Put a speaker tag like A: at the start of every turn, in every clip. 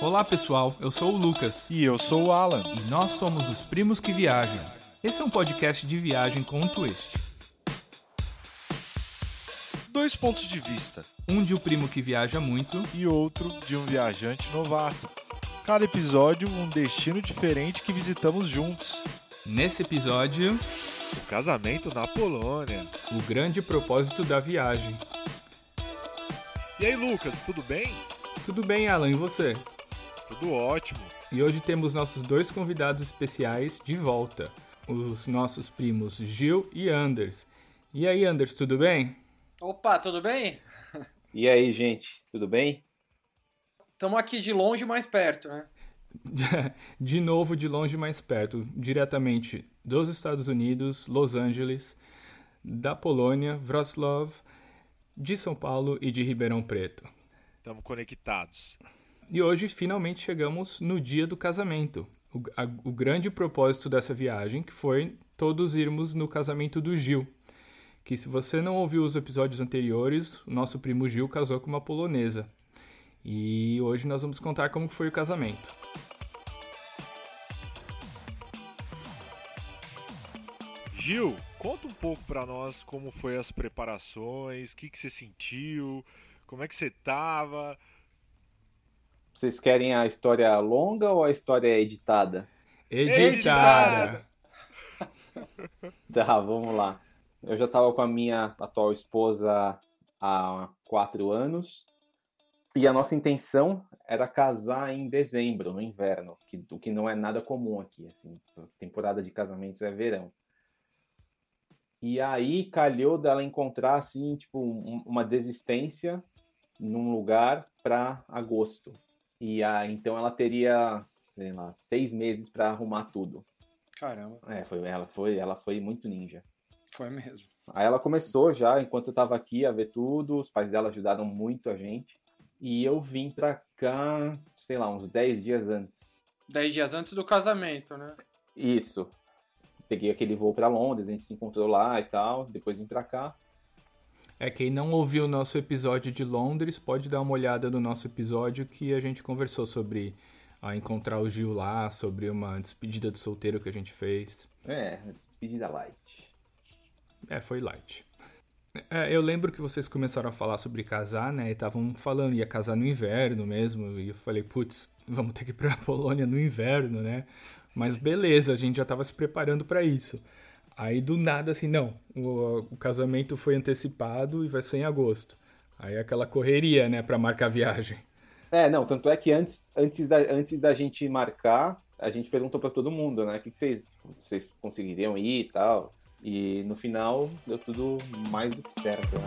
A: Olá pessoal, eu sou o Lucas
B: E eu sou o Alan.
A: e nós somos os Primos que Viajam. Esse é um podcast de viagem com um twist,
B: Dois pontos de vista
A: um de o primo que viaja muito
B: e outro de um viajante novato. Cada episódio, um destino diferente que visitamos juntos.
A: Nesse episódio,
B: O casamento na Polônia.
A: o grande propósito da viagem.
B: E aí, Lucas, tudo bem?
A: Tudo bem, Alan, e você?
B: Tudo ótimo.
A: E hoje temos nossos dois convidados especiais de volta, os nossos primos Gil e Anders. E aí, Anders, tudo bem?
C: Opa, tudo bem?
D: E aí, gente, tudo bem?
C: Estamos aqui de longe mais perto, né?
A: De novo, de longe mais perto, diretamente dos Estados Unidos, Los Angeles, da Polônia, Wrocław, de São Paulo e de Ribeirão Preto.
B: Estamos conectados.
A: E hoje finalmente chegamos no dia do casamento. O, a- o grande propósito dessa viagem que foi todos irmos no casamento do Gil. Que se você não ouviu os episódios anteriores, o nosso primo Gil casou com uma polonesa. E hoje nós vamos contar como foi o casamento.
B: Gil, conta um pouco pra nós como foi as preparações, o que, que você sentiu, como é que você tava.
D: Vocês querem a história longa ou a história editada?
A: Editada!
D: Tá, vamos lá. Eu já estava com a minha atual esposa há quatro anos e a nossa intenção era casar em dezembro, no inverno, que, o que não é nada comum aqui. Assim, a temporada de casamentos é verão. E aí calhou dela encontrar assim, tipo, um- uma desistência num lugar para agosto. E ah, então ela teria, sei lá, seis meses para arrumar tudo.
C: Caramba,
D: É, foi, ela foi, ela foi muito ninja.
C: foi mesmo.
D: Aí ela começou já, enquanto eu tava aqui, a ver tudo. Os pais dela ajudaram muito a gente. E eu vim pra cá, sei lá, uns 10 dias antes.
C: Dez dias antes do casamento, né?
D: Isso. Peguei aquele voo pra Londres, a gente se encontrou lá e tal. Depois vim pra cá.
A: É, quem não ouviu o nosso episódio de Londres, pode dar uma olhada no nosso episódio que a gente conversou sobre ah, encontrar o Gil lá, sobre uma despedida de solteiro que a gente fez.
D: É, despedida light.
A: É, foi light. É, eu lembro que vocês começaram a falar sobre casar, né? E estavam falando, ia casar no inverno mesmo. E eu falei, putz, vamos ter que ir pra Polônia no inverno, né? Mas beleza, a gente já tava se preparando pra isso. Aí do nada, assim, não, o, o casamento foi antecipado e vai ser em agosto. Aí é aquela correria, né, pra marcar a viagem.
D: É, não, tanto é que antes, antes, da, antes da gente marcar, a gente perguntou pra todo mundo, né? O que, que vocês, vocês conseguiriam ir e tal. E no final deu tudo mais do que certo, né?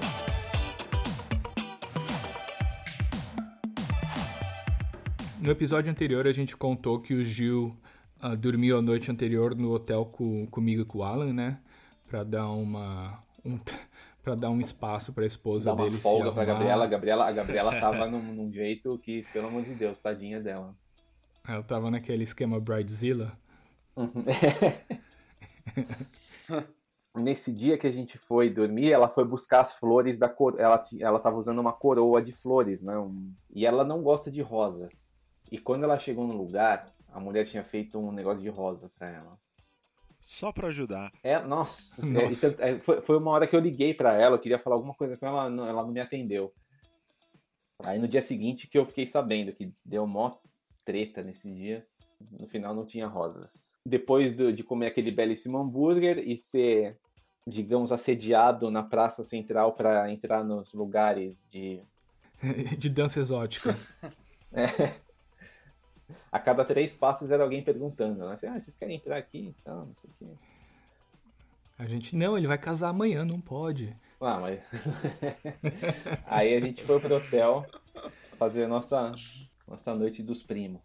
A: No episódio anterior, a gente contou que o Gil ah, dormiu a noite anterior no hotel com, comigo e com o Alan, né? Pra dar uma. Um, pra dar um espaço pra esposa
D: Dá uma
A: dele
D: folga
A: se
D: pra
A: arrumar.
D: Gabriela. A Gabriela, a Gabriela tava num, num jeito que, pelo amor de Deus, tadinha dela.
A: Ela tava naquele esquema Bridezilla.
D: Nesse dia que a gente foi dormir, ela foi buscar as flores da cor. Ela, ti- ela tava usando uma coroa de flores, né? Um- E ela não gosta de rosas. E quando ela chegou no lugar, a mulher tinha feito um negócio de rosa pra ela.
B: Só pra ajudar.
D: É, nossa, é,
A: Nossa.
D: então, é, foi, foi uma hora que eu liguei pra ela, eu queria falar alguma coisa com ela, não- ela não me atendeu. Aí no dia seguinte que eu fiquei sabendo que deu mó treta nesse dia, no final não tinha rosas. Depois do- de comer aquele belíssimo hambúrguer e ser, digamos, assediado na praça central pra entrar nos lugares de.
A: De dança exótica.
D: A cada três passos era alguém perguntando, né? Ah, vocês querem entrar aqui? Então, não sei o quê.
A: A gente, não, ele vai casar amanhã, não pode.
D: Ah, mas. Aí a gente foi pro hotel fazer a nossa, nossa noite dos primos.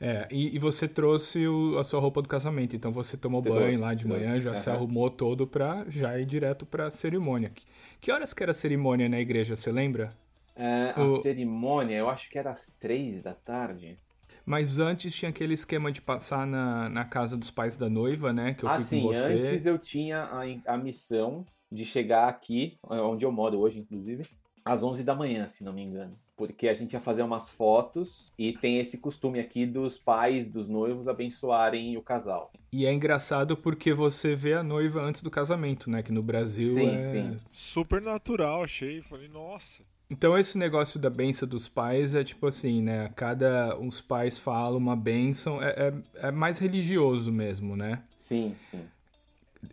A: É, e, e você trouxe o- a sua roupa do casamento, então você tomou
D: Trouxe,
A: banho lá de manhã,
D: trouxe,
A: já se
D: aham.
A: arrumou todo pra já ir direto pra cerimônia. Que, que horas que era a cerimônia na igreja, você lembra?
D: É, a
A: O-
D: cerimônia, eu acho que era às três da tarde.
A: Mas antes tinha aquele esquema de passar na, na casa dos pais da noiva, né? Que eu
D: ah,
A: fui
D: sim,
A: com você.
D: é, antes eu tinha a, a missão de chegar aqui, onde eu moro hoje, inclusive, às 11 da manhã, se não me engano. Porque a gente ia fazer umas fotos e tem esse costume aqui dos pais dos noivos abençoarem o casal.
A: E é engraçado porque você vê a noiva antes do casamento, né? Que no Brasil
D: Sim,
A: é...
D: sim.
B: Super natural, achei. Falei, nossa.
A: Então esse negócio da benção dos pais é tipo assim, né? Cada os pais falam uma benção, é, é, é mais religioso mesmo, né?
D: Sim, sim.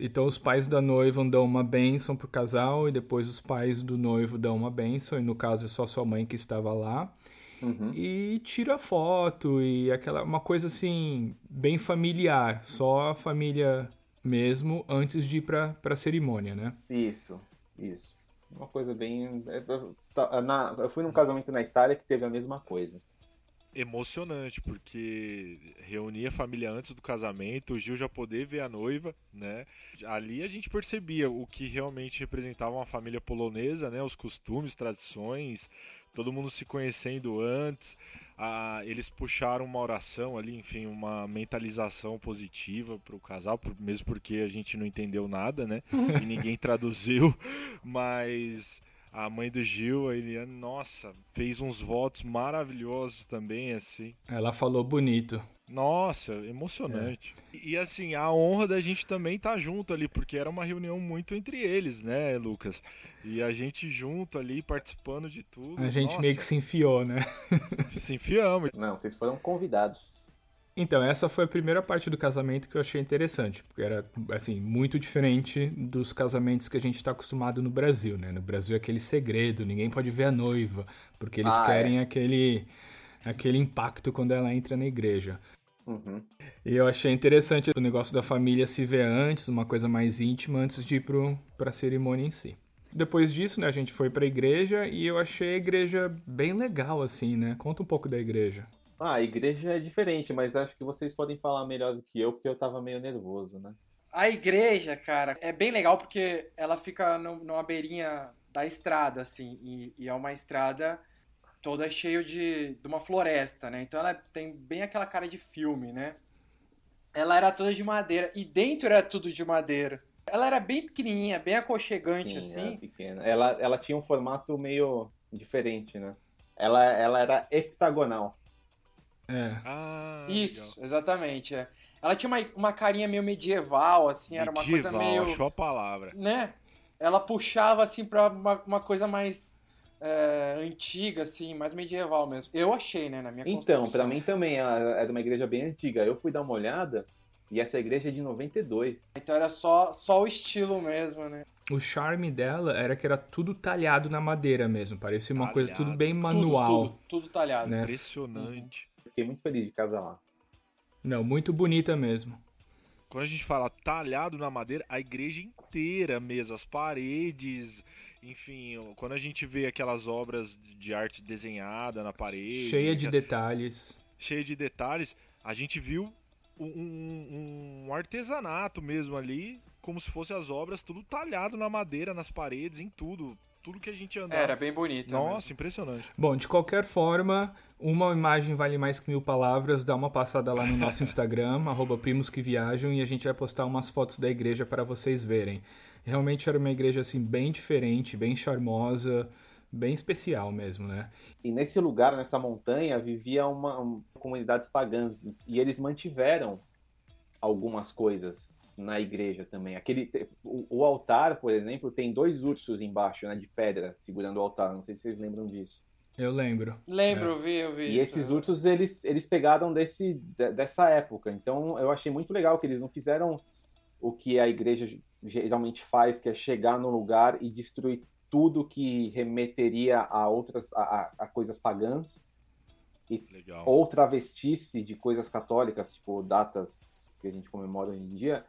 A: Então os pais da noiva dão uma benção pro casal e depois os pais do noivo dão uma benção e no caso é só sua mãe que estava lá
D: Uhum.
A: e tira foto e aquela uma coisa assim bem familiar, só a família mesmo antes de ir pra, pra cerimônia, né?
D: Isso, isso. Uma coisa bem. é, tá, na- Eu fui num casamento na Itália que teve a mesma coisa.
B: emocionante, porque reunia a família antes do casamento, o Gil já poder ver a noiva, né? Ali a gente percebia o que realmente representava uma família polonesa, né? Os costumes, tradições, todo mundo se conhecendo antes. Ah, eles puxaram uma oração ali, enfim, uma mentalização positiva para o casal, por- mesmo porque a gente não entendeu nada, né? E ninguém traduziu, mas a mãe do Gil, a Eliane, nossa, fez uns votos maravilhosos também, assim.
A: Ela falou bonito.
B: Nossa, emocionante.
A: É.
B: E assim, a honra da gente também estar junto ali, porque era uma reunião muito entre eles, né, Lucas? E a gente junto ali, participando de tudo.
A: A gente meio que se enfiou, né?
B: que se enfiamos.
D: Não, vocês foram convidados.
A: Então, essa foi a primeira parte do casamento que eu achei interessante, porque era, assim, muito diferente dos casamentos que a gente está acostumado no Brasil, né? No Brasil é aquele segredo, ninguém pode ver a noiva, porque eles
D: Ah, é.
A: querem aquele, aquele impacto quando ela entra na igreja.
D: Uhum.
A: E eu achei interessante o negócio da família se ver antes, uma coisa mais íntima, antes de ir pro, pra cerimônia em si. Depois disso, né, a gente foi pra igreja e eu achei a igreja bem legal, assim, né? Conta um pouco da igreja.
D: Ah, a igreja é diferente, mas acho que vocês podem falar melhor do que eu, porque eu tava meio nervoso, né?
C: A igreja, cara, é bem legal porque ela fica no- numa beirinha da estrada, assim, e, e é uma estrada toda cheia de, de uma floresta, né? Então ela tem bem aquela cara de filme, né? Ela era toda de madeira, e dentro era tudo de madeira. Ela era bem pequenininha, bem aconchegante,
D: ela
C: assim.
D: era pequena. Ela, ela tinha um formato meio diferente, né? Ela, ela era heptagonal.
A: É,
B: Ah,
C: Isso, exatamente, é. Ela tinha uma, uma carinha meio medieval, assim,
B: legal.
C: era uma
B: Medieval,
C: coisa meio...
B: achou a palavra.
C: né? Ela puxava assim pra uma, uma coisa mais é, antiga, assim, mais medieval mesmo. Eu achei, né, na minha
D: Então,
C: concepção.
D: pra mim também, ela era uma igreja bem antiga. Eu fui dar uma olhada e essa igreja é de 92.
C: Então era só, só o estilo mesmo, né?
A: O charme dela era que era tudo talhado na madeira mesmo. Parecia uma coisa tudo
B: Talhado.
A: bem
C: Tudo,
A: manual,
C: Tudo, tudo, talhado.
A: né?
B: Impressionante.
D: Fiquei muito feliz de casar lá.
A: Não, muito bonita mesmo.
B: Quando a gente fala talhado na madeira, a igreja inteira mesmo, as paredes, enfim, quando a gente vê aquelas obras de arte desenhada na parede,
A: Cheia de
B: aquela-
A: detalhes.
B: cheia de detalhes, a gente viu um, um- um artesanato mesmo ali, como se fossem as obras, tudo talhado na madeira, nas paredes, em tudo, tudo que a gente andava.
C: Era bem bonito.
B: Nossa,
C: mesmo.
B: impressionante.
A: Bom, de qualquer forma, uma imagem vale mais que mil palavras. Dá uma passada lá no nosso Instagram, arroba primos que viajam, e a gente vai postar umas fotos da igreja para vocês verem. Realmente era uma igreja assim bem diferente, bem charmosa, bem especial mesmo, né?
D: E nesse lugar, nessa montanha, vivia uma, um- comunidades pagãs e eles mantiveram algumas coisas na igreja também. Aquele te- o, o altar, por exemplo, tem dois ursos embaixo, né, de pedra, segurando o altar. Não sei se vocês lembram disso.
A: Eu lembro.
C: Lembro, eu vi, eu vi.
D: É. E
C: isso.
D: esses ursos eles eles pegaram desse de- dessa época. Então eu achei muito legal que eles não fizeram o que a igreja ge- geralmente faz, que é chegar num lugar e destruir tudo que remeteria a outras a- a- a coisas pagãs
B: Legal.
D: ou travestice de coisas católicas, tipo datas que a gente comemora hoje em dia,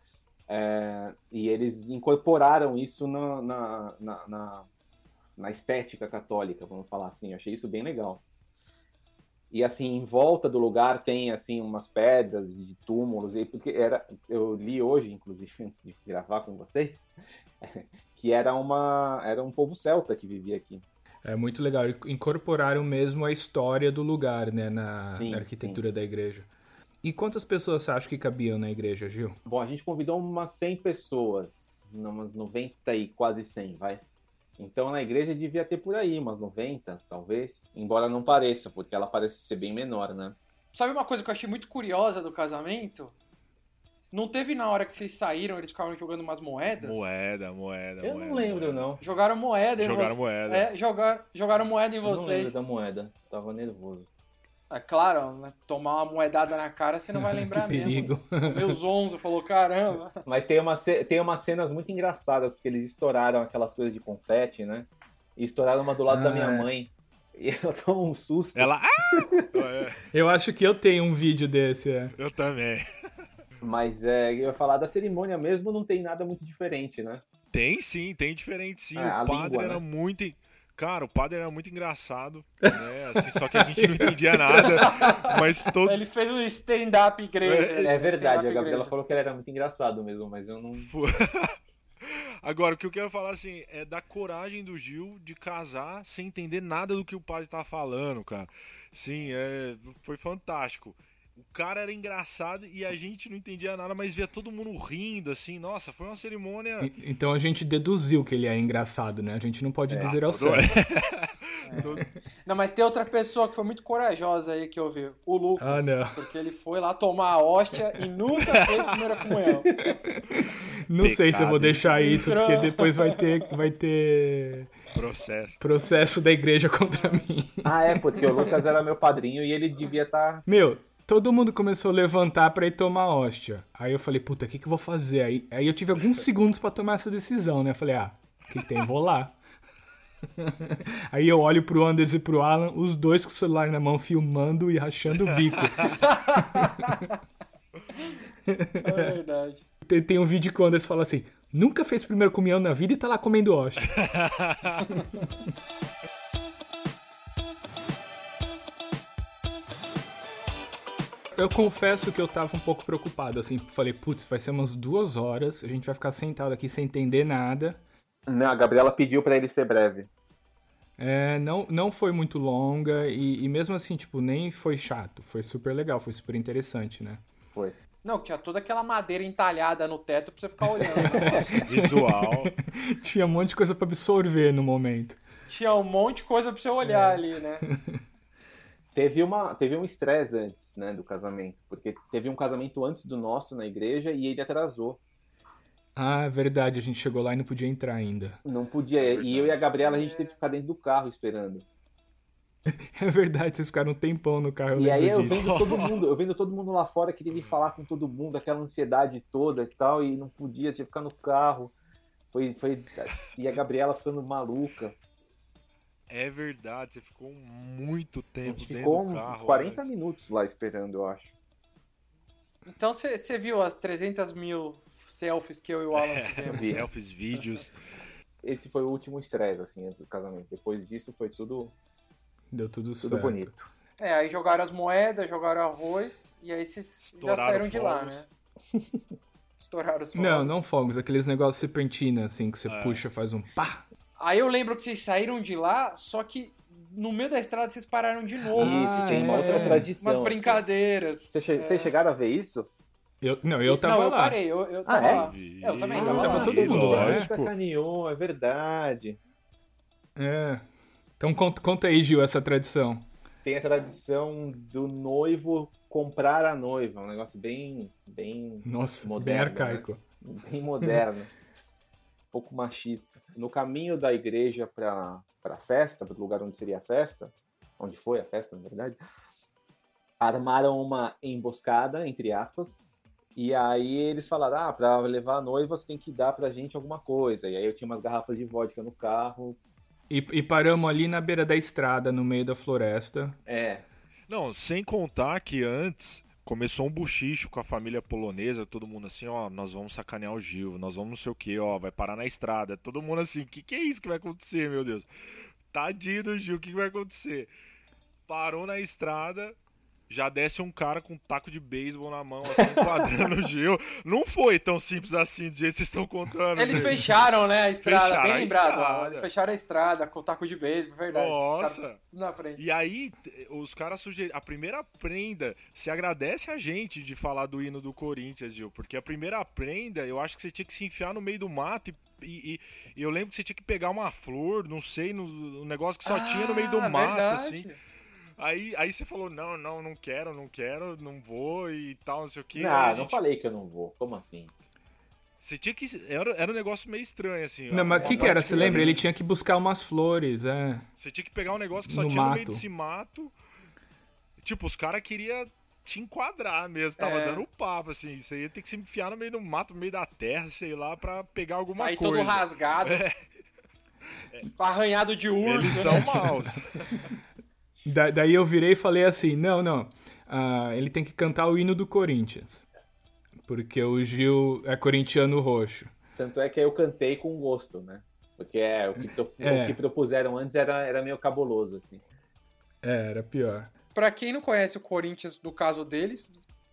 D: é, e eles incorporaram isso na, na, na, na- na estética católica, vamos falar assim. Eu achei isso bem legal. E assim, em volta do lugar tem assim umas pedras de túmulos, e porque era, eu li hoje, inclusive, antes de gravar com vocês, que era uma era um povo celta que vivia aqui.
A: É muito legal. E Incorporaram mesmo a história do lugar, né? Na,
D: Sim,
A: na arquitetura da igreja. E quantas pessoas você acha que cabiam na igreja, Gil?
D: Bom, a gente convidou umas 100 pessoas, umas 90 e quase 100, vai. Então na igreja devia ter por aí umas 90, talvez. Embora não pareça, porque ela parece ser bem menor, né?
C: Sabe uma coisa que eu achei muito curiosa do casamento? Não teve na hora que vocês saíram, eles ficavam jogando umas moedas?
B: Moeda, moeda,
D: Eu
B: moeda. né?
D: não lembro,
B: moeda.
D: não.
C: Jogaram moeda em
B: Jogaram
C: vocês.
B: moeda.
C: É, jogar, jogaram moeda em
D: Eu não lembro
C: vocês.
D: da moeda. Tava nervoso.
C: É claro, né, tomar uma moedada na cara você não vai lembrar
A: que perigo.
C: mesmo. Meus onze falou, caramba.
D: Mas tem, uma, ce- tem umas cenas muito engraçadas, porque eles estouraram aquelas coisas de confete, né? E estouraram uma do lado da
A: Ah,
D: minha
A: é.
D: mãe. E ela toma um susto.
B: Ela. Ah! É,
A: Eu acho que eu tenho um vídeo desse, é.
B: eu também.
D: Mas é, eu ia falar da cerimônia mesmo, não tem nada muito diferente, né?
B: Tem sim, tem diferente sim.
D: É, a
B: o padre
D: língua,
B: era
D: né?
B: muito. en- Cara, o padre era muito engraçado, né? Assim, só que a gente não entendia nada. Mas todo.
C: Ele fez um stand-up igreja.
D: É verdade,
C: Stand-up
D: a Gabriela
C: igreja.
D: falou que ele era muito engraçado mesmo, mas eu não.
B: Fu- Agora, o que eu quero falar assim é da coragem do Gil de casar sem entender nada do que o padre tá falando, cara. Sim, é, foi fantástico. O cara era engraçado e a gente não entendia nada, mas via todo mundo rindo, assim. Nossa, foi uma cerimônia.
A: E- Então a gente deduziu que ele é engraçado, né? A gente não pode dizer ao
B: Todo-
A: certo.
B: Todo-
C: Não, mas tem outra pessoa que foi muito corajosa aí que eu vi, o Lucas.
A: Ah, não.
C: Porque ele foi lá tomar a hóstia e nunca fez a primeira comunhão.
A: Não sei se eu vou
B: Pecado.
A: deixar isso, porque depois vai ter, vai ter
B: Processo.
A: processo da igreja contra mim.
D: Ah, é, porque o Lucas era meu padrinho e ele devia tá- estar.
A: Meu, todo mundo começou a levantar pra ir tomar hóstia. Aí eu falei, puta, o que, que eu vou fazer? Aí, aí eu tive alguns segundos pra tomar essa decisão, né? Eu falei, ah, o que tem, vou lá. Aí eu olho pro Anders e pro Alan, os dois com o celular na mão, filmando e rachando o bico.
C: É verdade.
A: Tem, tem um vídeo que o Anders fala assim: nunca fez primeiro comunhão na vida e tá lá comendo hóstia. Eu confesso que eu tava um pouco preocupado, assim, falei, putz, vai ser umas duas horas, a gente vai ficar sentado aqui sem entender nada.
D: Não, a Gabriela pediu pra ele ser breve.
A: É, não, não foi muito longa e, e mesmo assim, tipo, nem foi chato, foi super legal, foi super interessante, né?
D: Foi.
C: Não, tinha toda aquela madeira entalhada no teto pra você ficar olhando. Nossa,
B: Visual.
A: Tinha um monte de coisa pra absorver no momento.
C: tinha um monte de coisa pra você olhar
D: É.
C: ali, né?
D: Teve, uma, teve um estresse antes, né, do casamento. Porque teve um casamento antes do nosso na igreja e ele atrasou.
A: Ah, é verdade, a gente chegou lá e não podia entrar ainda.
D: Não podia. E eu e a Gabriela, a gente teve que ficar dentro do carro esperando.
A: É verdade, vocês ficaram um tempão no carro, eu
D: e aí
A: lembro
D: eu
A: disso.
D: vendo todo mundo, eu vendo todo mundo lá fora, queria ir falar com todo mundo, aquela ansiedade toda e tal, e não podia, tinha que ficar no carro. Foi, foi... E a Gabriela ficando maluca.
B: É verdade, você ficou muito
D: A
B: tempo
D: gente
B: dentro
D: ficou
B: do
D: uns
B: carro.
D: 40
A: é.
B: né?
D: minutos lá esperando, eu acho.
C: Então você você viu as 300 mil selfies que eu e o Alan
B: É.
C: fizemos.
D: Vi.
B: Selfies, vídeos.
D: Esse foi o último estresse, assim, antes do casamento. Depois disso foi tudo,
A: Deu tudo,
D: tudo
A: certo.
D: bonito.
C: É, aí jogaram as moedas, jogaram arroz, e aí vocês já
B: Estouraram
C: saíram de lá,
B: fogos.
C: né? Estouraram os fogos.
A: Não, não fogos, aqueles negócios serpentina, assim, que você
B: É.
A: puxa, faz um pá.
C: Aí eu lembro que vocês saíram de lá, só que no meio da estrada vocês pararam de novo.
A: Ah,
D: Isso, tinha uma
A: é.
D: outra
B: Ah,
D: tradição.
B: então.
C: Umas brincadeiras.
D: Vocês che- vocês chegaram a ver isso?
A: Eu, não, eu tava
C: não, eu
A: lá.
C: parei, eu, eu
D: Ah,
C: tava
D: é?
C: lá. Eu também tava
A: Tava
C: lá.
A: todo mundo lá, né?
B: Lógico.
D: sacaneou, é verdade.
A: É. Então conta, conta aí, Gil, essa tradição.
D: Tem a tradição do noivo comprar a noiva, um negócio bem, bem
A: Nossa, bem
D: Moderno,
A: arcaico.
D: bem moderna, um pouco machista. No caminho da igreja para a festa, para o lugar onde seria a festa, onde foi a festa, na verdade, armaram uma emboscada, entre aspas, e aí eles falaram, ah, para levar a noiva você tem que dar pra gente alguma coisa. E aí eu tinha umas garrafas de vodka no carro.
A: E, e paramos ali na beira da estrada, no meio da floresta.
D: É,
B: Não, sem contar que antes começou um buchicho com a família polonesa, todo mundo assim, ó, nós vamos sacanear o Gil, nós vamos não sei o que, ó, vai parar na estrada. Todo mundo assim, o que, que é isso que vai acontecer, meu Deus? Tadinho do Gil, o que, que vai acontecer? Parou na estrada, já desce um cara com um taco de beisebol na mão, assim, enquadrando o Gil. Não foi tão simples assim, do jeito que vocês estão contando.
C: Eles
B: gente.
C: fecharam, né, a estrada,
B: Fecharam
C: bem
B: a
C: lembrado.
B: estrada.
C: ó, Eles fecharam a estrada com o taco de beisebol, verdade.
B: Nossa.
C: Tá tudo na frente.
B: E aí, t- os caras sugeriram. A primeira prenda se agradece a gente de falar do hino do Corinthians, Gil. Porque a primeira prenda, eu acho que você tinha que se enfiar no meio do mato e. e- e- e eu lembro que você tinha que pegar uma flor, não sei, no, um negócio que só tinha no meio do
C: Ah,
B: mato,
C: verdade.
B: assim. Aí, aí você falou, não, não, não quero, não quero, não vou e tal, não sei o que.
C: Ah,
D: não, "Ah, não falei que eu não vou. Como assim?
B: Você tinha que. Era, era um negócio meio estranho, assim.
A: Não, mas o
B: Uma
A: que, que era? Você
B: batida
A: lembra?
B: ali.
A: Ele tinha que buscar umas flores, é.
B: Você tinha que pegar um negócio que só
A: No
B: tinha no meio
A: mato.
B: desse mato. Tipo, os caras queriam te enquadrar mesmo. Tava
C: É.
B: dando um papo, assim. Você ia ter que se enfiar no meio do mato, no meio da terra, sei lá, pra pegar alguma
C: Sair
B: coisa. É.
C: todo rasgado. É. Arranhado de urso.
B: Eles
C: né?
B: são maus.
A: Da- daí eu virei e falei assim: não, não. ah, ele tem que cantar o hino do Corinthians. Porque o Gil é corintiano roxo.
D: Tanto é que eu cantei com gosto, né? Porque é, o, que to-
A: É.
D: o que propuseram antes era, era meio cabuloso, assim.
A: É, era pior.
C: Pra quem não conhece o Corinthians, no caso deles,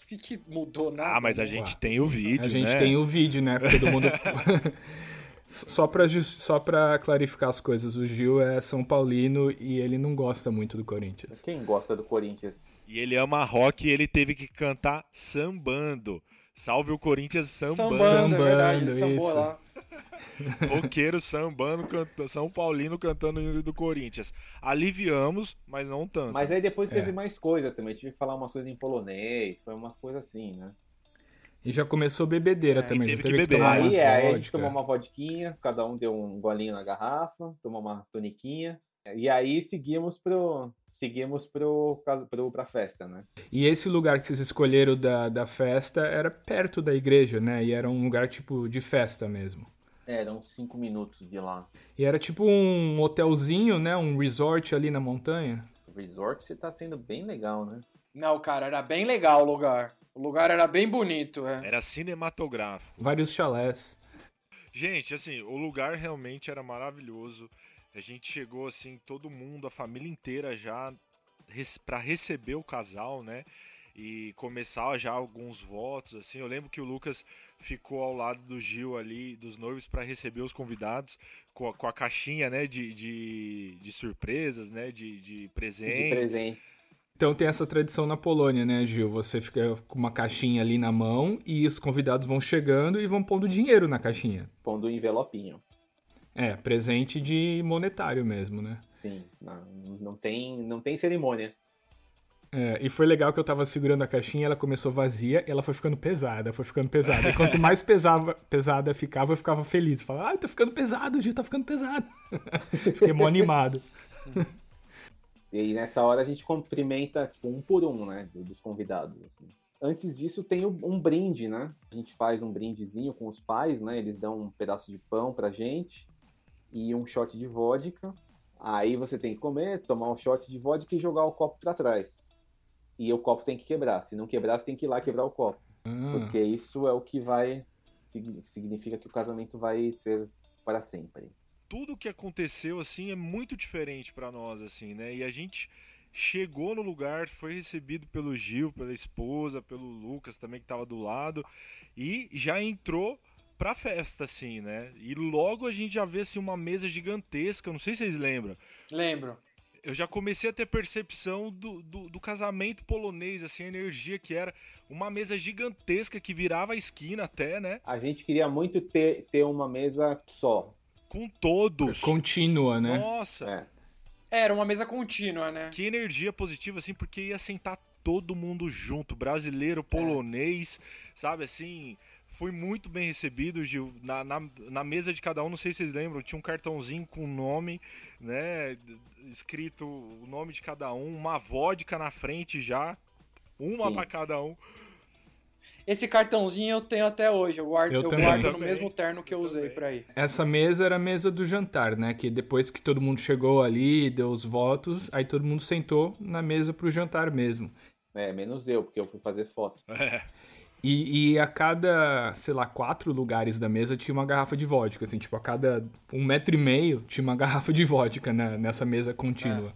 C: que, que mudou nada.
B: Ah, mas a
C: né?
B: gente tem o vídeo,
A: A gente
B: né?
A: tem o vídeo, né? Todo mundo. só, pra, jus- só pra clarificar as coisas, o Gil é São Paulino e ele não gosta muito do Corinthians.
D: Quem gosta do Corinthians?
B: E ele ama rock e ele teve que cantar sambando. Salve o Corinthians sambando.
C: Sambando, é verdade, ele
A: Sambando,
C: sambou
A: isso.
C: lá.
B: Roqueiro sambando, canta- São Paulino cantando o hino do Corinthians. Aliviamos, mas não tanto.
D: Mas aí depois teve
A: É.
D: mais coisa também. Tive que falar umas coisas em polonês, foi umas coisas assim, né?
A: E já começou bebedeira
C: É,
A: também. já
B: teve que
A: teve
B: beber.
A: tomar umas
D: aí, é, aí a gente
A: vodka.
D: tomou uma vodquinha, cada um deu um golinho na garrafa, tomou uma toniquinha. E aí seguimos pro. Seguimos pro, cas- pro, pra festa, né?
A: E esse lugar que vocês escolheram da, da festa era perto da igreja, né? E era um lugar tipo de festa mesmo.
D: Eram cinco minutos de lá.
A: E era tipo um hotelzinho, né? Um resort ali na montanha.
D: O resort você tá sendo bem legal, né?
C: Não, cara, era bem legal o lugar. O lugar era bem bonito, é.
B: Era cinematográfico.
A: Vários chalés.
B: Gente, assim, o lugar realmente era maravilhoso. A gente chegou assim, todo mundo, a família inteira já res- pra receber o casal, né? E começar já alguns votos, assim. Eu lembro que o Lucas ficou ao lado do Gil ali, dos noivos, pra receber os convidados com a, com a caixinha, né? De, de, de surpresas, né? De, de presentes.
D: De presentes.
A: Então tem essa tradição na Polônia, né, Gil? Você fica com uma caixinha ali na mão e os convidados vão chegando e vão pondo dinheiro na caixinha.
D: Pondo um envelopinho.
A: É, presente de monetário mesmo, né?
D: Sim. Não, não, tem, não tem cerimônia.
A: É, e foi legal que eu tava segurando a caixinha, ela começou vazia, e ela foi ficando pesada, foi ficando pesada. E quanto mais pesava, pesada ficava, eu ficava feliz. Falava, ai, tá ficando pesado, Gil, tá ficando pesado. Fiquei mó animado.
D: E aí, nessa hora a gente cumprimenta tipo, um por um, né? do- Dos convidados. assim. Antes disso, tem um um brinde, né? A gente faz um brindezinho com os pais, né? Eles dão um pedaço de pão pra gente e um shot de vodka. Aí você tem que comer, tomar um shot de vodka e jogar o copo pra trás. E o copo tem que quebrar. Se não quebrar, você tem que ir lá quebrar o copo.
A: Ah,
D: Porque isso é o que vai. sig- Significa que o casamento vai ser para sempre.
B: tudo que aconteceu assim é muito diferente pra nós assim, né? E a gente chegou no lugar, foi recebido pelo Gil, pela esposa, pelo Lucas também que tava do lado e já entrou pra festa assim, né? E logo a gente já vê assim uma mesa gigantesca, eu não sei se vocês lembram.
C: Lembro.
B: Eu já comecei a ter percepção do, do, do casamento polonês, assim, a energia que era. Uma mesa gigantesca que virava a esquina até, né?
D: A gente queria muito ter, ter uma mesa só.
B: Com todos.
A: contínua, né?
B: Nossa!
D: É.
C: Era uma mesa contínua, né?
B: Que energia positiva, assim, porque ia sentar todo mundo junto, brasileiro, polonês, sabe, assim... Foi muito bem recebido, Gil. Na, na, na mesa de cada um, não sei se vocês lembram, tinha um cartãozinho com o nome, né? d- Escrito o nome de cada um, uma vodka na frente já, uma
D: Sim.
B: pra cada um.
C: Esse cartãozinho eu tenho até hoje. Eu guardo,
A: Eu
C: eu
A: também.
C: guardo
B: Eu
C: no
B: também.
C: mesmo terno que eu,
B: Eu
C: usei
B: também.
C: pra ir.
A: Essa mesa era a mesa do jantar, né? Que depois que todo mundo chegou ali, deu os votos, aí todo mundo sentou na mesa pro jantar mesmo.
D: É, menos eu, porque eu fui fazer foto. então
B: É,
A: E, e a cada, sei lá, quatro lugares da mesa tinha uma garrafa de vodka, assim, tipo, a cada um metro e meio tinha uma garrafa de vodka na- nessa mesa contínua.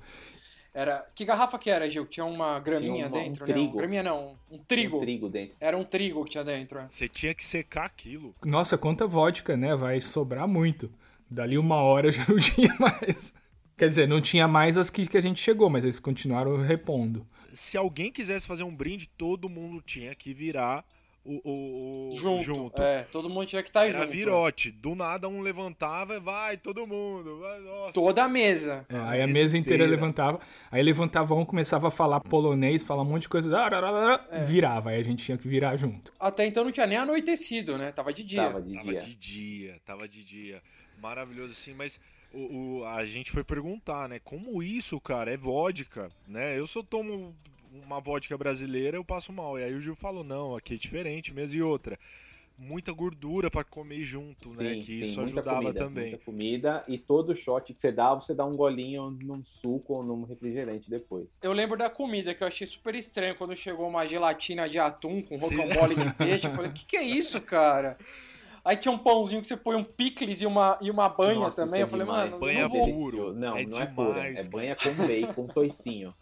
C: Era. Que garrafa que era, Gil? Tinha uma graminha
D: uma- um
C: dentro, né?
D: trigo.
C: Graminha não. Um trigo.
D: Um trigo dentro.
C: Era um trigo que tinha dentro. é.
B: Você tinha que secar aquilo.
A: Nossa, quanta vodka, né? Vai sobrar muito. Dali uma hora já não tinha mais. Quer dizer, não tinha mais as que, que a gente chegou, mas eles continuaram repondo.
B: Se alguém quisesse fazer um brinde, todo mundo tinha que virar o. o- o-
C: Junto. É, todo mundo tinha que estar
B: Era
D: né?
C: junto.
B: virote. Do nada um levantava e vai, todo mundo. Vai, nossa.
C: Toda a mesa.
A: É, aí a mesa inteira levantava, aí levantava um, começava a falar polonês, falar um monte de coisa, arararara,
D: É.
A: virava, aí a gente tinha que virar junto.
C: Até então não tinha nem anoitecido, né? Tava de dia.
D: Tava de
B: Tava
D: dia.
B: de dia, tava de dia. Maravilhoso assim, mas o, o- a gente foi perguntar, né? Como isso, cara, é vodka, né? Eu só tomo uma vodka brasileira, eu passo mal. E aí o Gil falou: não, aqui é diferente mesmo. E outra, muita gordura pra comer junto, né? Que isso
D: muita
B: ajudava
D: comida,
B: também.
D: Muita comida e todo shot que você dá, você dá um golinho num suco ou num refrigerante depois.
C: Eu lembro da comida que eu achei super estranho quando chegou uma gelatina de atum com rocambole de peixe. Eu falei, o que, que é isso, cara? Aí tinha um pãozinho que você põe um picles e uma, e uma banha
D: Nossa,
C: também.
D: isso é
C: Eu falei,
D: demais.
C: mano,
B: Banha
C: não vou.
B: puro.
D: Delicioso. Não,
B: É
D: não é pura.
B: demais,
D: É
B: cara.
D: banha com bacon, toicinho.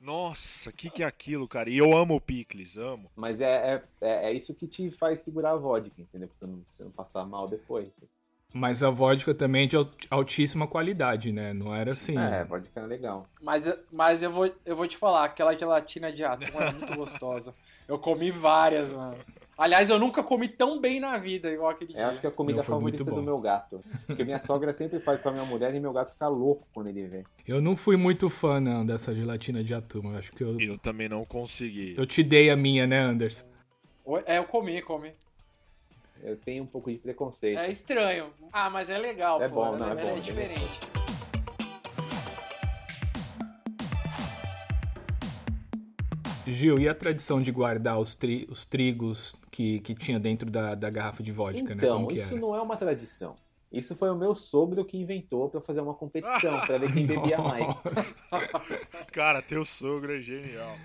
B: Nossa, o que, que é aquilo, cara? E eu amo o picles, amo.
D: Mas é, é, é- é isso que te faz segurar a vodka, entendeu? Pra você não, pra você não passar mal depois.
A: Mas a vodka também é de alt- altíssima qualidade, né? Não era assim.
D: É, vodka é legal.
C: Mas, eu- mas eu, vou, eu vou te falar, aquela gelatina de atum é muito gostosa. Eu comi várias, mano. Aliás, eu nunca comi tão bem na vida igual aquele
D: Eu acho
C: dia.
D: que é a comida
A: Meu, foi
D: favorita
A: muito bom.
D: do meu gato. Porque minha sogra sempre faz pra minha mulher e meu gato fica louco quando ele vê.
A: Eu não fui muito fã, não, dessa gelatina de atum. Eu acho que eu,
B: Eu também não consegui.
A: eu te dei a minha, né, Anders?
C: É, eu comi, comi.
D: Eu tenho um pouco de preconceito.
C: É estranho. Ah, mas é legal,
D: É
C: pô.
D: bom, não, é
C: era,
D: bom, é
C: diferente.
A: Gil, e a tradição de guardar os, tri- os trigos que, que tinha dentro da, da garrafa de vodka, né?
D: Então,
A: Como que
D: isso
A: era?
D: não é uma tradição. Isso foi o meu sogro que inventou pra fazer uma competição, pra ver quem bebia mais.
A: Nossa.
B: Cara, teu sogro é genial.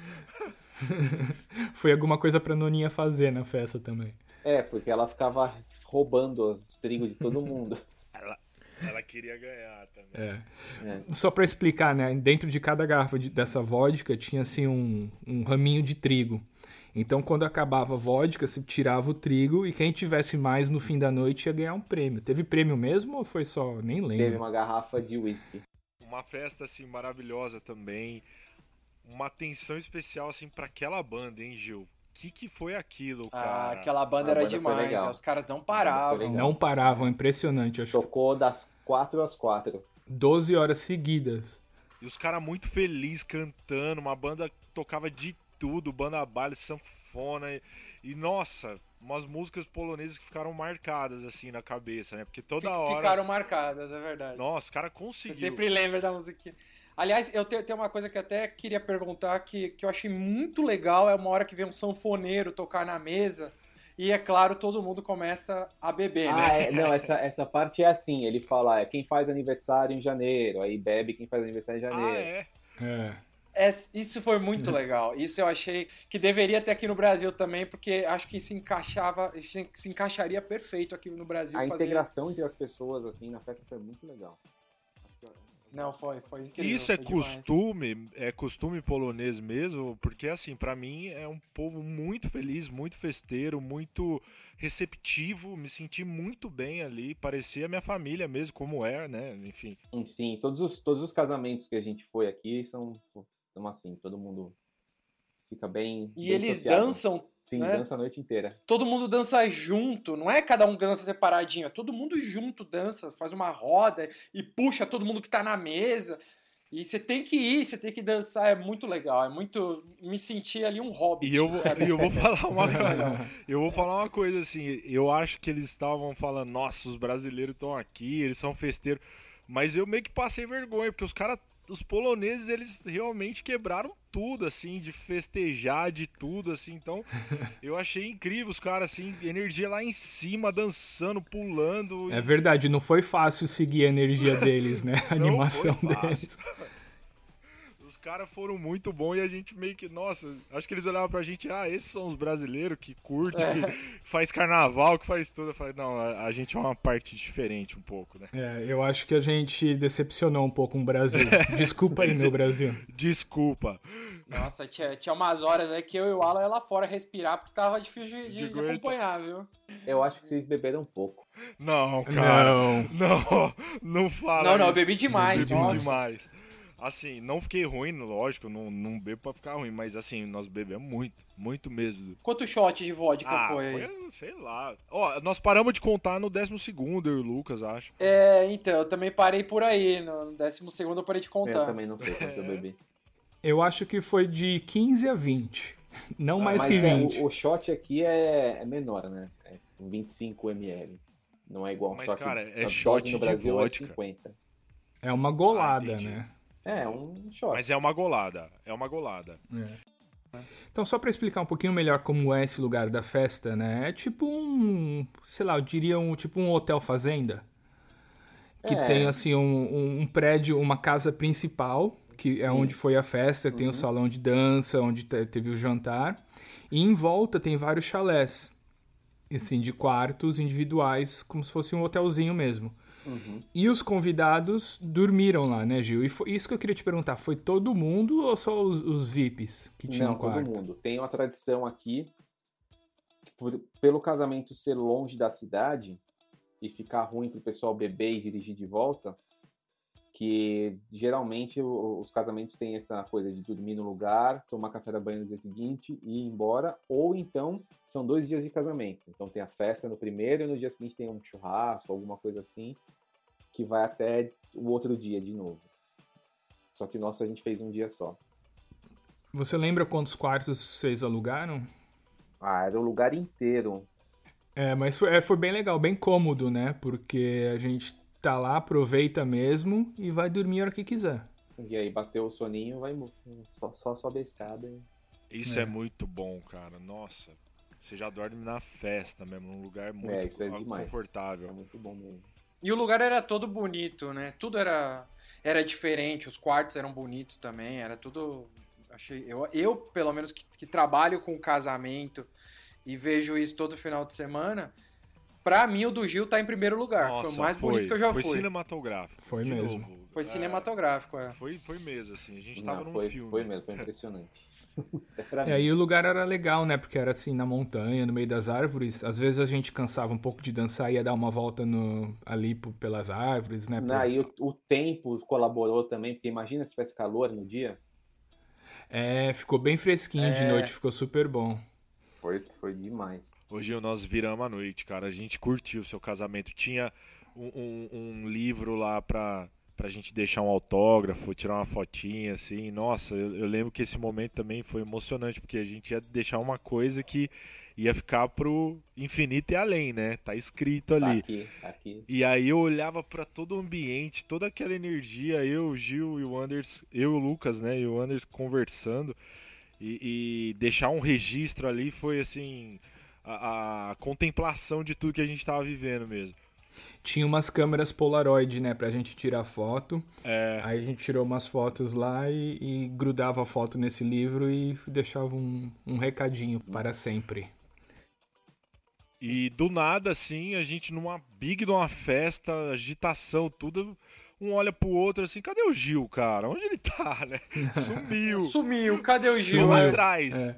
A: Foi alguma coisa pra Noninha fazer na festa também.
D: É, porque ela ficava roubando os trigos de todo mundo.
B: Ela, ela queria ganhar também.
A: É.
D: É.
A: Só pra explicar, né? Dentro de cada garrafa de- dessa vodka tinha assim um, um raminho de trigo. Então, quando acabava a vodka, se tirava o trigo e quem tivesse mais no fim da noite ia ganhar um prêmio. Teve prêmio mesmo ou foi só? Nem lembro.
D: Teve uma garrafa de uísque.
B: uma festa assim maravilhosa também. Uma atenção especial assim para aquela banda, hein, Gil? Que que foi aquilo,
C: Ah,
B: cara?
C: aquela banda
D: a
C: era
D: banda foi
C: demais.
D: legal.
C: né? Os caras não
D: A banda
C: paravam.
D: foi
A: Não paravam, é impressionante. Acho que
D: Tocou das quatro às quatro.
A: 12 horas seguidas.
B: E os caras muito felizes cantando, uma banda que tocava de tudo, banda baile, sanfona e, e, nossa, umas músicas polonesas que ficaram marcadas assim na cabeça, né? Porque toda
C: Fi-
B: hora,
C: Ficaram marcadas, é verdade.
B: nossa, o cara
C: Você
B: conseguiu.
C: sempre lembra da musiquinha. Aliás, eu tenho, tenho uma coisa que até queria perguntar que, que eu achei muito legal. É uma hora que vem um sanfoneiro tocar na mesa. E é claro, todo mundo começa a beber, né?
D: Ah, é, não, essa, essa parte é assim, ele fala, é quem faz aniversário em janeiro, aí bebe quem faz aniversário em
B: Ah,
D: janeiro.
B: é.
A: É.
C: É, isso foi muito legal. Isso eu achei que deveria ter aqui no Brasil também, porque acho que se encaixava, se encaixaria perfeito aqui no Brasil
D: A
C: fazer.
D: integração entre as pessoas, assim, na festa foi muito legal.
C: Não, foi, foi incrível.
B: Isso é
C: foi demais.
B: costume, é costume polonês mesmo, porque assim, pra mim é um povo muito feliz, muito festeiro, muito receptivo, me senti muito bem ali, parecia minha família mesmo, como é, né? Enfim.
D: Em sim, todos os, todos os casamentos que a gente foi aqui são, são assim, todo mundo fica bem.
C: E
D: bem
C: eles
D: sociável.
C: dançam,
D: Sim,
C: né?
D: dança a noite inteira.
C: todo mundo dança junto, não é cada um dança separadinho, é todo mundo junto dança, faz uma roda e puxa todo mundo que tá na mesa. E você tem que ir, você tem que dançar, é muito legal, é muito. Me senti ali um hobbit.
B: E eu, vou-
C: sabe?
B: e eu vou falar uma coisa. Eu vou falar uma coisa assim, eu acho que eles estavam falando, nossa, os brasileiros estão aqui, eles são festeiros, mas eu meio que passei vergonha, porque os caras os poloneses, eles realmente quebraram tudo, assim, de festejar, de tudo, assim. Então, eu achei incrível os caras, assim, energia lá em cima, dançando, pulando.
A: É verdade, não foi fácil seguir a energia deles, né? A
B: Não
A: animação
B: foi fácil.
A: deles.
B: Os caras foram muito bons e a gente meio que, nossa, acho que eles olhavam pra gente, ah, esses são os brasileiros que curte, que faz carnaval, que faz tudo. Eu falei, não, a, a gente é uma parte diferente um pouco, né?
A: É, eu acho que a gente decepcionou um pouco o Brasil. Desculpa aí, meu Brasil.
B: Desculpa.
C: Nossa, tinha, tinha umas horas aí que eu e o Alan ia lá fora respirar porque tava difícil de- de,
B: Digo, eita.
C: acompanhar, viu?
D: Eu acho que vocês beberam um pouco.
B: Não, cara.
A: Não.
B: Não, não fala.
C: Não, não,
B: isso.
C: eu bebi demais,
B: Bebi
C: nossa.
B: demais. Assim, não fiquei ruim, lógico, não, não bebo pra ficar ruim, mas assim, nós bebemos muito, muito mesmo.
C: Quanto shot de vodka
B: Ah,
C: foi aí?
B: foi, sei lá. Ó, nós paramos de contar no décimo segundo, eu e o Lucas, acho.
C: É, então, eu também parei por aí. No décimo segundo eu parei de
D: Eu
C: contar.
D: também não sei quanto eu bebi.
A: Eu acho que foi de 15 a 20. Não mais
D: Mas
A: que
D: é,
A: 20.
D: o, o shot aqui é, é menor, né? É 25 ml. Não é igual um
B: Mas,
D: shot.
B: cara, é
D: a dose
B: shot
D: no
B: de
D: Brasil
B: vodka.
D: é 50.
A: É uma golada,
B: Ah, entendi.
A: né?
D: É, um shot.
B: Mas é uma golada, é uma golada.
A: Então, só pra explicar um pouquinho melhor como é esse lugar da festa, né? É tipo um, sei lá, eu diria um tipo um hotel fazenda, que
D: É.
A: tem assim um, um- um prédio, uma casa principal, que é onde foi a festa,
D: Uhum.
A: tem o salão de dança, onde te- teve o jantar, e em volta tem vários chalés, assim, de quartos individuais, como se fosse um hotelzinho mesmo.
D: Uhum.
A: E os convidados dormiram lá, né, Gil? E foi isso que eu queria te perguntar: foi todo mundo ou só os, os VIPs que tinham
D: Não,
A: quarto?
D: todo mundo. Tem uma tradição aqui, que por- pelo casamento ser longe da cidade e ficar ruim pro pessoal beber e dirigir de volta, que geralmente o- os casamentos têm essa coisa de dormir no lugar, tomar café da manhã no dia seguinte e ir embora, ou então são dois dias de casamento. Então tem a festa no primeiro e no dia seguinte tem um churrasco, alguma coisa assim, que vai até o outro dia de novo. Só que o nosso a gente fez um dia só.
A: Você lembra quantos quartos vocês alugaram?
D: Ah, era o lugar inteiro.
A: É, mas foi, é, foi bem legal, bem cômodo, né? Porque a gente tá lá, aproveita mesmo e vai dormir a hora que quiser.
D: E aí bateu o soninho, vai embora. só, só sobe a escada. hein?
B: Isso é, muito bom, cara. Nossa, você já dorme na festa mesmo, num lugar muito
D: É, isso é
B: co-
D: demais. Isso é
B: confortável.
D: muito bom mesmo.
C: E o lugar era todo bonito, né? Tudo era, era diferente, os quartos eram bonitos também, era tudo. Achei. Eu, eu pelo menos, que, que trabalho com casamento e vejo isso todo final de semana, pra mim o do Gil tá em primeiro lugar. foi o mais bonito que eu já
B: foi
C: fui.
B: cinematográfico.
A: Foi
B: de
A: mesmo.
B: novo.
C: Foi
B: É,
C: cinematográfico, é.
B: Foi, foi mesmo, assim. A gente tava
D: Não,
B: num
D: foi,
B: filme.
D: foi mesmo, foi impressionante. Até pra
A: É,
D: mim.
A: e o lugar era legal, né? Porque era assim, na montanha, no meio das árvores. Às vezes a gente cansava um pouco de dançar e ia dar uma volta no- ali po- pelas árvores, né? Por-
D: Não, e o, o tempo colaborou também, porque imagina se tivesse calor no dia.
A: É, ficou bem fresquinho de
C: É.
A: noite, ficou super bom.
D: Foi, foi demais.
B: Hoje nós viramos a noite, cara. A gente curtiu o seu casamento. Tinha um, um- um livro lá pra, pra gente deixar um autógrafo, tirar uma fotinha, assim. Nossa, eu, eu lembro que esse momento também foi emocionante, porque a gente ia deixar uma coisa que ia ficar pro infinito e além, né? Tá escrito
D: Tá
B: ali.
D: aqui, tá aqui.
B: E aí eu olhava pra todo o ambiente, toda aquela energia, eu, o Gil e o Anders, eu e o Lucas, né, e o Anders conversando e, e deixar um registro ali foi assim a, a contemplação de tudo que a gente tava vivendo mesmo.
A: Tinha umas câmeras Polaroid, né? Pra gente tirar foto.
B: É,
A: Aí a gente tirou umas fotos lá e, e grudava a foto nesse livro e deixava um, um recadinho para sempre.
B: e do nada assim, a gente numa big de uma festa, agitação, tudo, um olha pro outro assim, cadê o Gil, cara? Onde ele tá, né? Sumiu.
C: Sumiu, cadê o Gil?
B: Sumiu
A: Sumiu.
B: atrás.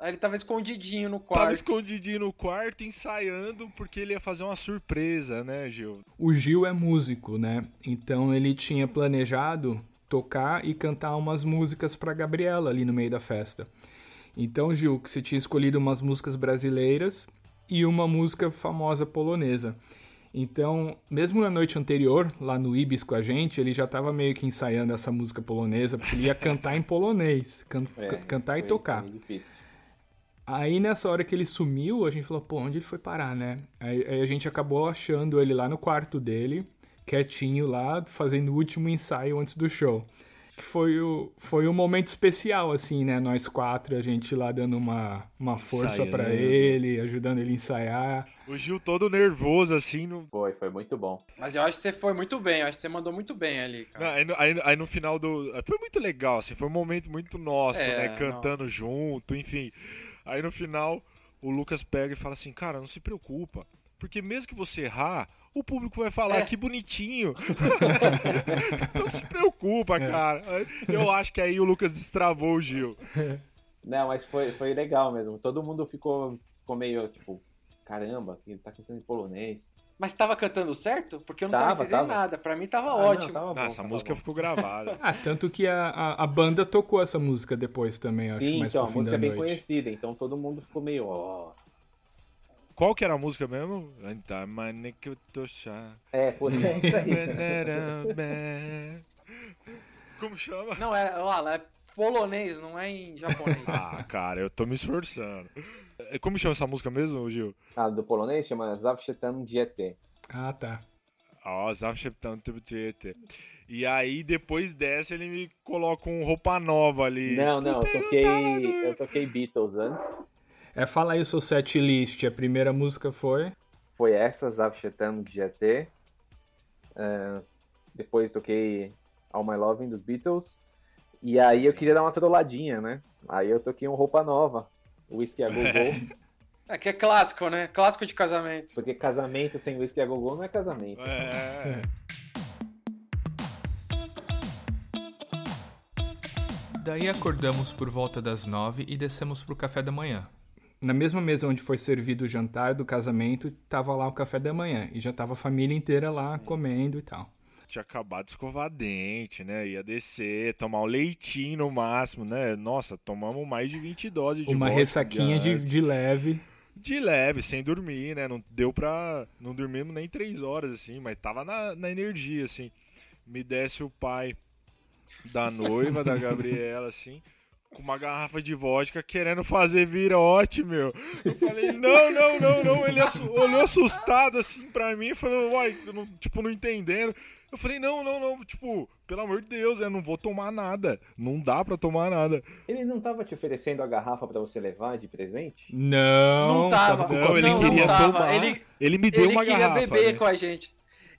C: Aí ele tava escondidinho no
B: Tava
C: quarto.
B: escondidinho no quarto, ensaiando, porque ele ia fazer uma surpresa, né, Gil?
A: O Gil é músico, né? Então ele tinha planejado tocar e cantar umas músicas para Gabriela ali no meio da festa. Então, Gil, que você tinha escolhido umas músicas brasileiras e uma música famosa polonesa. Então, mesmo na noite anterior, lá no Ibis com a gente, ele já estava meio que ensaiando essa música polonesa, porque ele ia cantar em polonês, can-
D: É,
A: can- cantar e
D: foi-
A: tocar.
D: foi difícil.
A: Aí nessa hora que ele sumiu, a gente falou, pô, onde ele foi parar, né? Aí, aí a gente acabou achando ele lá no quarto dele, quietinho lá, fazendo o último ensaio antes do show. foi o, foi um momento especial, assim, né? Nós quatro, a gente lá dando uma, uma força para
B: Ensaiando.
A: ele, ajudando ele a ensaiar.
B: O Gil todo nervoso, assim. No...
D: Foi, foi muito bom.
C: Mas eu acho que você foi muito bem, eu acho que você mandou muito bem ali,
B: Não,
C: cara.
B: aí, no, aí no- aí no final do. Foi muito legal, assim. Foi um momento muito nosso,
C: É,
B: né? Cantando junto, enfim. Aí no final, o Lucas pega e fala assim: Cara, não se preocupa. Porque mesmo que você errar. O público vai falar
C: É.
B: que bonitinho. então se preocupa,
D: É.
B: cara. Eu acho que aí o Lucas destravou o Gil.
D: Tá Não, mas foi, foi legal mesmo. Todo mundo ficou, ficou meio tipo, caramba, ele tá cantando em polonês.
B: Tá
C: Mas tava cantando certo? Porque eu não
D: Tava,
C: tava entendendo
D: tava.
C: nada. Pra mim tava
D: Ah, não,
C: ótimo.
D: tava bom,
B: Nossa, a
D: tava
B: música
D: bom.
B: ficou gravada.
A: Ah, tanto que a, a, a banda tocou essa música depois também, acho que
D: Sim,
A: mais
D: então, a
A: pro fim
D: música
A: da
D: é bem
A: noite.
D: conhecida, então todo mundo ficou meio, ó.
B: Qual que era a música mesmo? Tá, Antamanikyutosha.
D: É, pô, é isso aí.
B: Como chama?
C: Não, era, olha, é polonês, não é em japonês.
B: Ah, cara, eu tô me esforçando. É, Como chama essa música mesmo, Gil?
D: A Ah, do polonês chama Zawszetam Diete.
A: Ah, tá.
B: Ah, Ó, Zavsheptan E aí, depois dessa, ele me coloca um roupa nova ali. tá,
D: Não, não, eu
B: um
D: toquei, eu toquei Beatles antes.
A: É, fala aí o seu set list. A primeira música foi.
D: Foi essa, Zavshetam Diete. Ah, depois toquei All My Loving dos Beatles. E aí eu queria dar uma trolladinha, né? Aí eu toquei um Roupa Nova, Whisky a Go-Go.
C: É que é clássico, né? Clássico de casamento.
D: Porque casamento sem whisky a gogô não é casamento.
B: É.
A: Daí acordamos por volta das nove e descemos pro café da manhã. Na mesma mesa onde foi servido o jantar do casamento, tava lá o café da manhã. E já tava a família inteira lá comendo e tal.
B: Tinha acabado de escovar dente, né? Ia descer, tomar um leitinho no máximo, né? Nossa, tomamos mais de 20 doses de
A: Uma
B: vodka
A: ressaquinha de,
B: antes.
A: de leve.
B: De leve, sem dormir, né? Não deu pra. Não dormimos nem três horas, assim, mas tava na, na energia, assim. Me desce o pai da noiva, da Gabriela, assim, com uma garrafa de vodka querendo fazer virote, meu. Eu falei, não, não, não, não. Ele assu- olhou assustado, assim, pra mim, e falou, uai, eu não- tipo, não entendendo. Eu falei, não, não, não, tipo, pelo amor de Deus, eu não vou tomar nada. Não dá pra tomar nada.
D: Ele não tava te oferecendo a garrafa pra você levar de presente?
A: Não,
C: Não tava.
A: com
C: Não,
A: copo
B: Não, ele
A: na mão.
B: queria
C: tava.
B: tomar. Ele,
C: Ele-
B: me deu
C: ele
B: uma
C: queria
B: garrafa.
C: beber
B: né?
C: com a gente.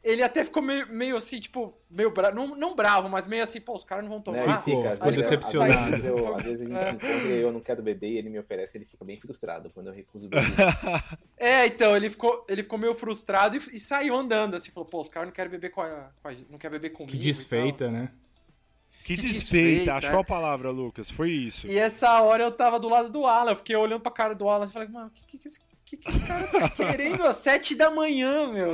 C: Ele até ficou meio, meio assim, tipo, meio bravo. Não, não bravo, mas meio assim, pô, os caras não vão
D: Né?
B: É,
C: tomar.
D: Ele
A: Ficou,
D: às
A: ficou
D: vezes-
A: decepcionado.
D: Às vezes, eu- às vezes a gente se encontra e eu não quero beber e ele me oferece, ele fica bem frustrado quando eu recuso beber. Né,
C: É, então, ele ficou, ele ficou meio frustrado e, e saiu andando, assim, falou, pô, os caras não querem beber com a, com a gente, não quer beber comigo.
A: Que
C: e
A: desfeita, né?
B: Que,
C: Que
B: desfeita,
C: desfeita.
B: achou a
D: é.
B: palavra, Lucas. Foi
C: tal.
B: isso.
C: E essa hora eu tava do lado do Alan, eu fiquei olhando pra cara do Alan e falei, mano, o que, que, que esse- que que esse cara tá querendo às sete da manhã, meu?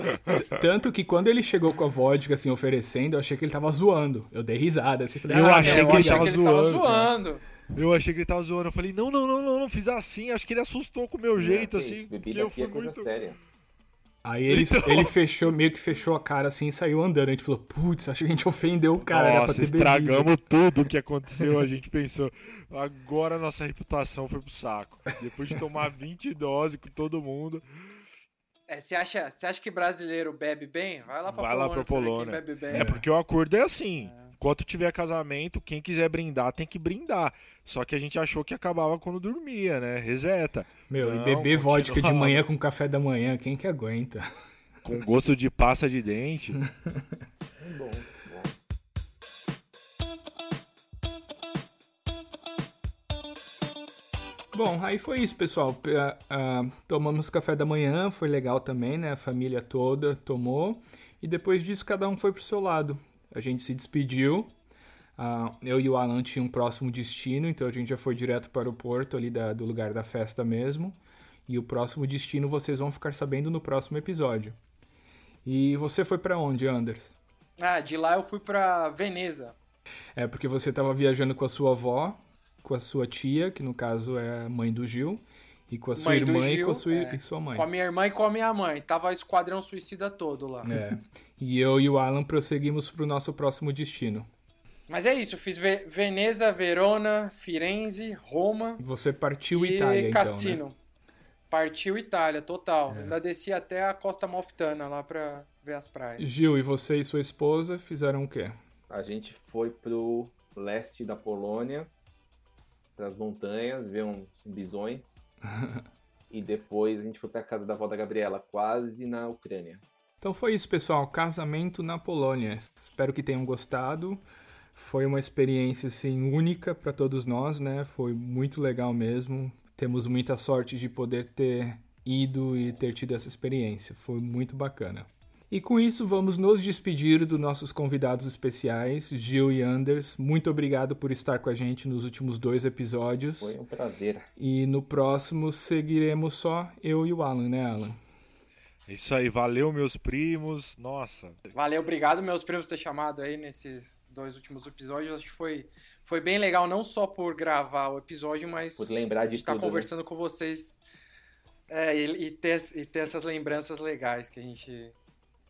A: Tanto que quando ele chegou com a vodka, assim, oferecendo, eu achei que ele tava zoando. Eu dei risada, assim, falei,
B: Eu
A: ah,
B: achei
A: não,
B: que ele tava zoando,
C: zoando.
B: Eu achei que ele tava zoando. Eu falei, não, não, não, não, não fiz assim. Acho que ele assustou com o meu jeito,
D: Que
B: assim.
D: isso,
B: Porque
D: Bebida
B: eu
D: aqui
B: fui
D: é coisa
B: muito.
D: séria.
A: Aí ele, ele fechou, meio que fechou a cara assim e saiu andando. A gente falou, putz, acho que a gente ofendeu o cara, era pra
B: Nossa,
A: ter bebido.
B: estragamos tudo o que aconteceu. A gente pensou, agora a nossa reputação foi pro saco. Depois de tomar 20 doses com todo mundo.
C: É, você acha, você acha que brasileiro bebe bem? Vai lá pra
B: Vai lá pra
C: Polônia. pra ver
B: Polônia.
C: Quem bebe bem.
B: É porque o acordo é assim. Enquanto tiver casamento, quem quiser brindar tem que brindar. Só que a gente achou que acabava quando dormia, né? Reseta.
A: Meu,
B: Não,
A: e beber vodka de
B: continuava.
A: manhã com café da manhã, quem que aguenta?
B: Com gosto de pasta de dente.
D: Bom, bom.
A: Bom, aí foi isso, pessoal. P- ah, ah, tomamos café da manhã, foi legal também, né? A família toda tomou. E depois disso, cada um foi pro seu lado. A gente se despediu. Ah, eu e o Alan tinham um próximo destino, então a gente já foi direto para o porto ali da- do lugar da festa mesmo. E o próximo destino vocês vão ficar sabendo no próximo episódio. E você foi pra onde, Anders?
C: Ah, de lá eu fui pra Veneza.
A: É porque você tava viajando com a sua avó, com a sua tia, que no caso é a mãe do Gil, e com a sua
C: Mãe do
A: irmã e
C: Gil,
A: com a sua,
C: é.
A: e sua mãe.
C: Com a minha irmã e com a minha mãe. Tava o esquadrão suicida todo lá.
A: É. E eu e o Alan prosseguimos pro nosso próximo destino.
C: Mas é isso, fiz Ve- Veneza, Verona, Firenze, Roma
A: Você partiu
C: e
A: Itália,
C: Cassino.
A: então, né? É.
C: Partiu Itália, total. Ainda desci até a Costa Malfitana lá pra ver as praias.
A: Gil, e você e sua esposa fizeram o quê?
D: A gente foi pro leste da Polônia, para as montanhas, ver uns bisões. e depois a gente foi para casa da avó da Gabriela, quase na Ucrânia.
A: Então foi isso, pessoal. Casamento na Polônia. Espero que tenham gostado. Foi uma experiência assim única para todos nós, né? Foi muito legal mesmo. Temos muita sorte de poder ter ido e ter tido essa experiência. Foi muito bacana. E com isso vamos nos despedir dos nossos convidados especiais, Gil e Anders. Muito obrigado por estar com a gente nos últimos dois episódios.
D: Foi um prazer.
A: E no próximo seguiremos só eu e o Alan, né, Alan?
B: Isso aí, valeu, meus primos. Nossa.
C: Valeu, obrigado, meus primos, por ter chamado aí nesses dois últimos episódios. Acho que foi, foi bem legal, não só por gravar o episódio, mas
D: por lembrar de
C: a gente tá
D: tudo, né?
C: conversando com vocês é, e, e ter, e ter essas lembranças legais que a gente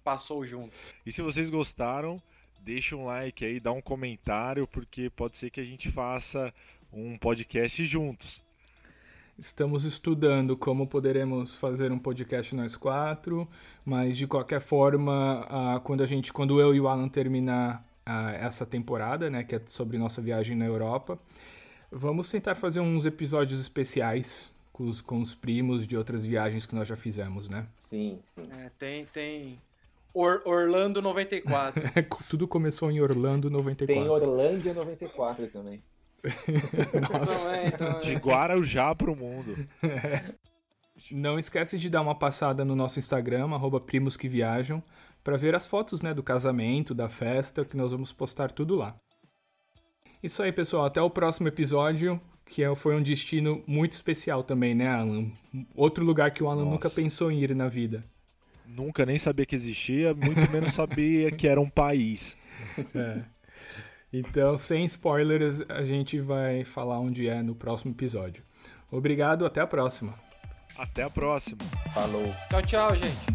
C: passou junto.
B: E se vocês gostaram, deixa um like aí, dá um comentário, porque pode ser que a gente faça um podcast juntos.
A: Estamos estudando como poderemos fazer um podcast nós quatro, mas de qualquer forma, ah, quando a gente, quando eu e o Alan terminar ah, essa temporada, né, que é sobre nossa viagem na Europa, vamos tentar fazer uns episódios especiais com os, com os primos de outras viagens que nós já fizemos, né?
D: Sim, sim.
C: É, tem, tem Or- Orlando 94.
A: Tudo começou em Orlando 94.
D: Tem Orlândia 94 também.
A: Nossa.
C: também,
B: De
C: também.
B: Guarujá pro mundo.
A: Não esquece de dar uma passada no nosso Instagram, arroba primos que viajam, para ver as fotos né, do casamento, da festa, que nós vamos postar tudo lá. Isso aí, pessoal. Até o próximo episódio, que é- foi um destino muito especial também, né, Alan? Outro lugar que o Alan
B: Nossa.
A: nunca pensou em ir na vida.
B: Nunca nem sabia que existia, muito menos sabia que era um país.
A: Então, sem spoilers, a gente vai falar onde é no próximo episódio. Obrigado, até a próxima.
B: Até a próxima.
D: Falou.
C: é. Tchau, tchau, gente.